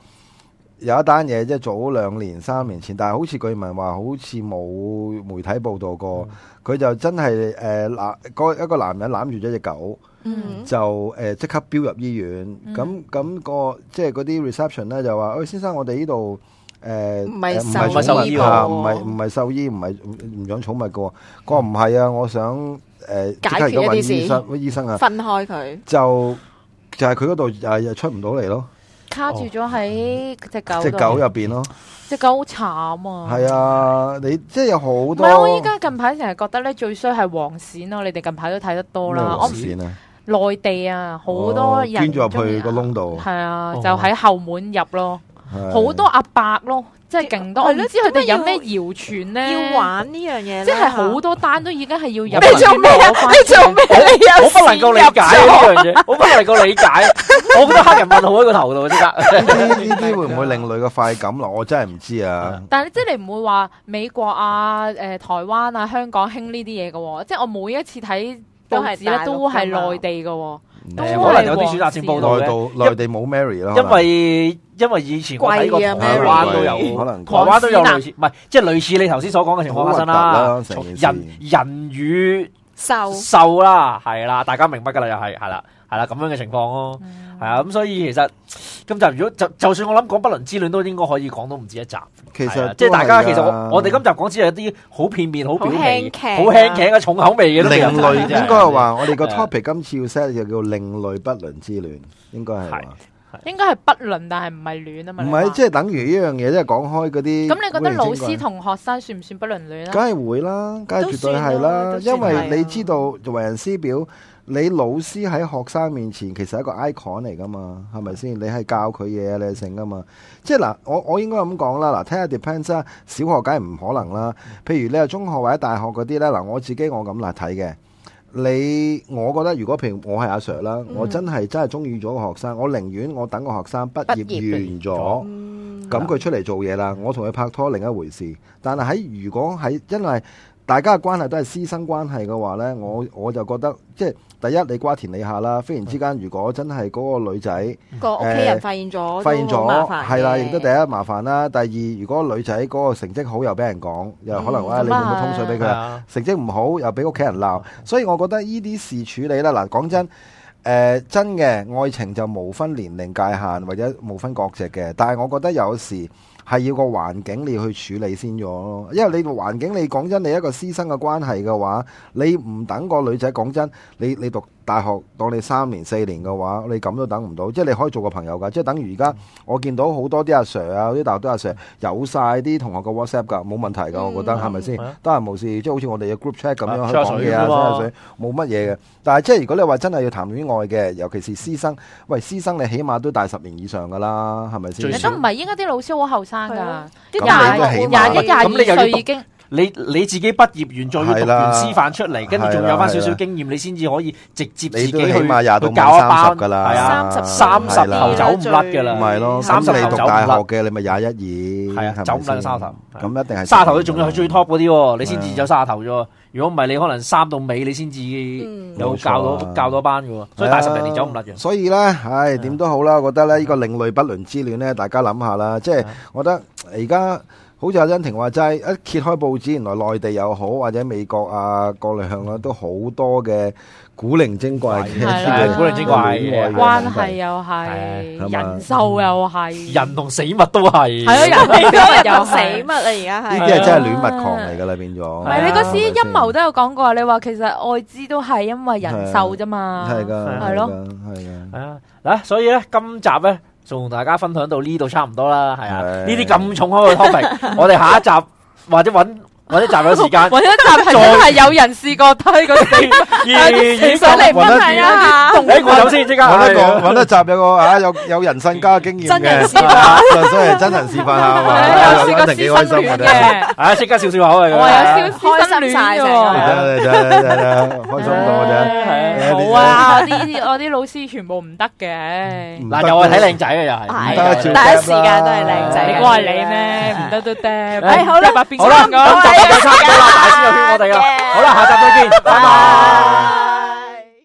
Speaker 3: 有一單嘢，即係早兩年三年前，但係好似據聞話好似冇媒體報導過，佢、就真係誒攬嗰一個男人攬住咗只狗，
Speaker 2: 嗯
Speaker 3: 就誒即、刻飆入醫院，咁咁、個即係嗰啲 reception 咧就話：，喂、先生，我哋呢度。
Speaker 5: 唔係
Speaker 3: 誒誒唔係
Speaker 1: 獸
Speaker 3: 寵
Speaker 1: 醫
Speaker 3: 物
Speaker 1: 喎
Speaker 3: 啊，唔係唔係獸醫，唔係唔唔養寵物嘅喎。佢話唔係啊，我想誒即刻
Speaker 5: 解決
Speaker 3: 而家
Speaker 5: 一啲
Speaker 3: 揾
Speaker 5: 事
Speaker 3: 醫生，醫生啊。
Speaker 5: 分開佢，
Speaker 3: 就就係佢嗰度誒出唔到嚟咯，
Speaker 4: 卡住咗喺只狗，
Speaker 3: 只狗入，邊咯，
Speaker 4: 只狗好慘啊！
Speaker 3: 係啊，你即係有好
Speaker 4: 唔係我依
Speaker 3: 多
Speaker 4: 家近排成日覺得咧最衰係黃鱔咯，你哋近排都睇得多啦。我
Speaker 3: 咩
Speaker 4: 唔
Speaker 3: 線啊，
Speaker 4: 內地啊，好多
Speaker 3: 哦捐
Speaker 4: 人
Speaker 3: 咗入
Speaker 4: 鍾意
Speaker 3: 去
Speaker 4: 啊
Speaker 3: 個窿度，
Speaker 4: 係啊，
Speaker 1: 哦
Speaker 4: 就喺後門入咯，
Speaker 3: 係
Speaker 4: 好多阿伯咯，即係勁多。
Speaker 2: 係
Speaker 4: 我唔
Speaker 2: 咯
Speaker 4: 知佢哋有咩
Speaker 2: 點
Speaker 4: 謠傳咧，
Speaker 2: 要玩呢樣嘢，
Speaker 4: 即係好。多單都已經係要入
Speaker 1: 你做
Speaker 4: 咩？你做咩？
Speaker 1: 我不能夠理解啊呢樣嘢，我不能夠理解。我覺得黑人問號喺個頭度即刻。
Speaker 3: 呢啲呢啲會唔會另類嘅快感咯？我真係唔知啊，
Speaker 4: 但係即係你唔會話美國啊、誒、台灣啊、香港興呢啲嘢嘅喎，即係我每一次睇
Speaker 5: 都
Speaker 4: 報
Speaker 5: 係
Speaker 4: 紙咧
Speaker 5: 大陸
Speaker 4: 都
Speaker 5: 㗎
Speaker 4: 係
Speaker 5: 嘛
Speaker 4: 內地嘅喎，都
Speaker 1: 誒
Speaker 4: 係
Speaker 1: 可能有啲選擇性報道
Speaker 3: 內
Speaker 1: 嘅，
Speaker 3: 度內地冇 Mary 啦，
Speaker 1: 因為因為以前我睇過
Speaker 5: 貴
Speaker 1: 台
Speaker 5: 啊
Speaker 1: 灣都有，
Speaker 3: 可能
Speaker 1: 台灣都有類似，唔係即係類似你頭先所講嘅情況發生
Speaker 3: 好核
Speaker 1: 啦
Speaker 3: 突啊啦成件。事
Speaker 1: 人人與
Speaker 5: 瘦
Speaker 1: 瘦啦，係啦，大家明白噶啦，又係係啦，係啦咁樣嘅情況咯，係啊，咁所以其實今集如果就就算我諗講不倫之戀都應該可以講到唔止一集，
Speaker 3: 其
Speaker 1: 係啊
Speaker 3: 實
Speaker 1: 即係大家其實
Speaker 3: 都係㗎
Speaker 1: 我我哋今集講只係一啲好片面、好表皮、
Speaker 5: 好輕劇啊
Speaker 1: 好輕劇嘅重口味嘅都未
Speaker 3: 另
Speaker 1: 有
Speaker 3: 類應該係話我哋個
Speaker 1: 係啊
Speaker 3: topic 今次要 set 就叫另類不倫之戀，應該係
Speaker 1: 係
Speaker 3: 話
Speaker 4: 應該係不倫，但係唔係戀啊嘛。
Speaker 3: 唔係
Speaker 4: 你話
Speaker 3: 即係等於呢樣嘢，即係講開嗰啲
Speaker 4: 咁，你覺得老
Speaker 3: 古靈精怪
Speaker 4: 師同學生算唔算不倫戀
Speaker 3: 梗
Speaker 4: 啊？
Speaker 3: 係會啦，梗係
Speaker 5: 都
Speaker 3: 絕對係
Speaker 5: 算啦
Speaker 3: 啦
Speaker 5: 都，算
Speaker 3: 因為
Speaker 5: 係
Speaker 3: 你
Speaker 5: 啊
Speaker 3: 知道為人師表，你老師喺學生面前其實係一個 icon 嚟噶嘛，係咪先？你係教佢嘢，你係成噶嘛？即係嗱，我我應該咁講啦，嗱，睇下 depends 啦，小學梗係唔可能啦。譬如你係中學或者大學嗰啲咧，嗱，我自己我咁嚟睇嘅。你我覺得如果譬如我係阿 Sir 啦，
Speaker 5: 嗯
Speaker 3: 我真係真係中意咗個學生，我寧願我等個學生畢
Speaker 5: 畢
Speaker 3: 業
Speaker 5: 業
Speaker 3: 完咗。
Speaker 5: 嗯
Speaker 3: 咁佢出嚟做嘢啦，我同佢拍拖另一回事。但係喺如果喺因為大家嘅關係都係師生關係嘅話呢，
Speaker 5: 嗯
Speaker 3: 我我就覺得即係第一你瓜田李下啦。忽然之間，如果真係嗰個女仔
Speaker 5: 個屋企人發現咗，
Speaker 3: 發現
Speaker 5: 都好
Speaker 3: 咗，
Speaker 5: 麻煩嘅
Speaker 3: 係啦，亦都第一麻煩啦。第二，如果女仔嗰個成績好又俾人講，又可能
Speaker 5: 嗯
Speaker 3: 話你會唔會通水俾佢
Speaker 1: 係
Speaker 3: 啊？
Speaker 1: 啊，
Speaker 3: 成績唔好又俾屋企人鬧，所以我覺得呢啲事處理啦。嗱，講真，誒、呃真嘅愛情就無分年齡界限或者無分國籍嘅，但係我覺得有時係要個環境你去處理先咗咯。因為你個環境你講真，你一個師生嘅關係嘅話，你唔等個女仔講真，你你讀大學當你三年四年嘅話，你咁都等唔到，即係你可以做個朋友㗎。即係等於而家我見到好多啲阿 Sir 啊，啲大學啲阿 Sir 有晒啲同學嘅 WhatsApp 㗎，冇問題㗎，我覺得
Speaker 5: 嗯
Speaker 3: 係咪先
Speaker 1: 係啊？
Speaker 3: 得閒無事，即係好似我哋嘅 group chat 咁樣
Speaker 1: 啊
Speaker 3: 去講嘢啊，
Speaker 1: 吹下水㗎嘛
Speaker 3: 吹下水，冇乜嘢嘅。但係即係如果你話真係要談戀愛嘅，尤其是師生，喂，師生你起碼都大十年以上㗎啦，係咪先
Speaker 1: 最
Speaker 4: 你
Speaker 1: 少？
Speaker 4: 都唔係，依家啲老師好後生
Speaker 5: 係
Speaker 4: 㗎
Speaker 5: 啊，
Speaker 3: 咁
Speaker 4: 廿
Speaker 3: 你都起
Speaker 4: 廿
Speaker 3: 碼
Speaker 4: 一廿
Speaker 1: 咁你又要
Speaker 4: 二歲
Speaker 1: 讀
Speaker 4: 已經
Speaker 1: 你你自己畢業完，再要
Speaker 3: 係
Speaker 1: 讀
Speaker 3: 啦
Speaker 1: 完師範出嚟，跟住仲有翻少少經驗，你先至可以直接自
Speaker 3: 你
Speaker 1: 己
Speaker 3: 都
Speaker 1: 去
Speaker 3: 起碼廿到
Speaker 1: 去
Speaker 3: 五
Speaker 1: 教一
Speaker 3: 三
Speaker 1: 班
Speaker 3: 十㗎
Speaker 1: 係啊，
Speaker 3: 啦，
Speaker 1: 三
Speaker 3: 係
Speaker 1: 十
Speaker 3: 啦
Speaker 1: 後走唔甩㗎啦，
Speaker 3: 咪咯，咁
Speaker 1: 三十
Speaker 3: 你
Speaker 1: 後
Speaker 3: 讀
Speaker 1: 走唔
Speaker 3: 大學
Speaker 1: 甩。
Speaker 3: 嘅，你咪廿一二，
Speaker 1: 係啊
Speaker 3: 係咪
Speaker 1: 走唔甩
Speaker 3: 先
Speaker 1: 沙頭係啊
Speaker 3: 咁一定係
Speaker 1: 沙頭你仲要去最 top 嗰啲喎，你
Speaker 3: 係
Speaker 1: 先
Speaker 3: 啊
Speaker 1: 至有沙頭啫喎。如果唔係，你可能三到尾你先至
Speaker 5: 嗯
Speaker 1: 有教
Speaker 3: 冇錯
Speaker 1: 到
Speaker 3: 啊
Speaker 1: 教到班嘅喎。所以大十零年走唔甩嘅。
Speaker 3: 所以咧，唉，點都好啦，我覺得咧，呢個另類不倫之戀咧，大家諗下啦，即係
Speaker 1: 啊
Speaker 3: 我覺得而家。好似阿欣婷話齋，一揭開報紙，原來內地又好或者美國啊、國內向啦，都好多嘅古靈精怪嘅
Speaker 4: 係啦
Speaker 3: 呢個
Speaker 4: 古靈精怪
Speaker 3: 戀愛
Speaker 1: 嘅
Speaker 4: 關
Speaker 3: 問題
Speaker 4: 係又
Speaker 3: 啊
Speaker 1: 係
Speaker 4: 係，
Speaker 3: 咁啊
Speaker 4: 人獸又係，
Speaker 1: 人同死物都係。
Speaker 4: 係咯，人
Speaker 2: 你都
Speaker 4: 獸
Speaker 2: 係
Speaker 4: 又
Speaker 2: 死
Speaker 4: 係
Speaker 2: 乜。啦，而家
Speaker 3: 呢
Speaker 2: 係。
Speaker 3: 啲係真係戀物狂嚟㗎啦，變咗。
Speaker 4: 唔
Speaker 3: 唔
Speaker 4: 係你嗰時
Speaker 3: 時
Speaker 4: 陰謀都有講過，你話其實愛滋都係因為人獸啫嘛，
Speaker 3: 係㗎，
Speaker 4: 係咯
Speaker 3: 㗎，係㗎。
Speaker 1: 係啊，嗱，所以咧，今集咧就同大家分享到呢度差唔多啦。係
Speaker 3: 係
Speaker 1: 啊，呢啲咁重口嘅 topic，我哋下一集或者揾揾一集有時 間
Speaker 4: 揾一集係真係有人試過 推嗰啲，
Speaker 1: 二
Speaker 4: 上嚟
Speaker 3: 揾
Speaker 4: 分
Speaker 3: 一
Speaker 4: 享一下。
Speaker 1: 誒，我走先即刻。
Speaker 3: 揾一個
Speaker 1: 係啊
Speaker 3: 揾一集有個啊有有人生加經驗嘅，
Speaker 5: 真人示
Speaker 3: 範，所以真人示範下嘛，
Speaker 4: 係有試過
Speaker 3: 真係幾
Speaker 4: 師
Speaker 3: 開
Speaker 4: 生
Speaker 3: 心
Speaker 4: 戀
Speaker 3: 嘅真
Speaker 4: 嘅，
Speaker 1: 啊，即刻笑笑口啊！
Speaker 4: 我有
Speaker 1: 咁
Speaker 4: 少師
Speaker 5: 開
Speaker 4: 生戀
Speaker 5: 心晒
Speaker 4: 嘅
Speaker 5: 成
Speaker 4: 喎
Speaker 5: 個。
Speaker 3: 係真係真係真係開心到啫，
Speaker 4: 唉
Speaker 3: 係啊
Speaker 4: 冇啊！我啲我啲老師全部唔得嘅，
Speaker 3: 唔
Speaker 4: 你
Speaker 1: 嗱，又係睇靚仔嘅又係。
Speaker 3: 唔
Speaker 5: 係
Speaker 3: 得啊
Speaker 5: 第
Speaker 3: 照
Speaker 5: 一時
Speaker 3: 鏡啦
Speaker 5: 間都係靚仔。
Speaker 4: 估係你咩？唔得都得。
Speaker 1: 唉
Speaker 4: 好啦，
Speaker 1: 好啦，咁就時間差唔多啦，大師又圈我哋啦。好啦，下集再見，拜拜。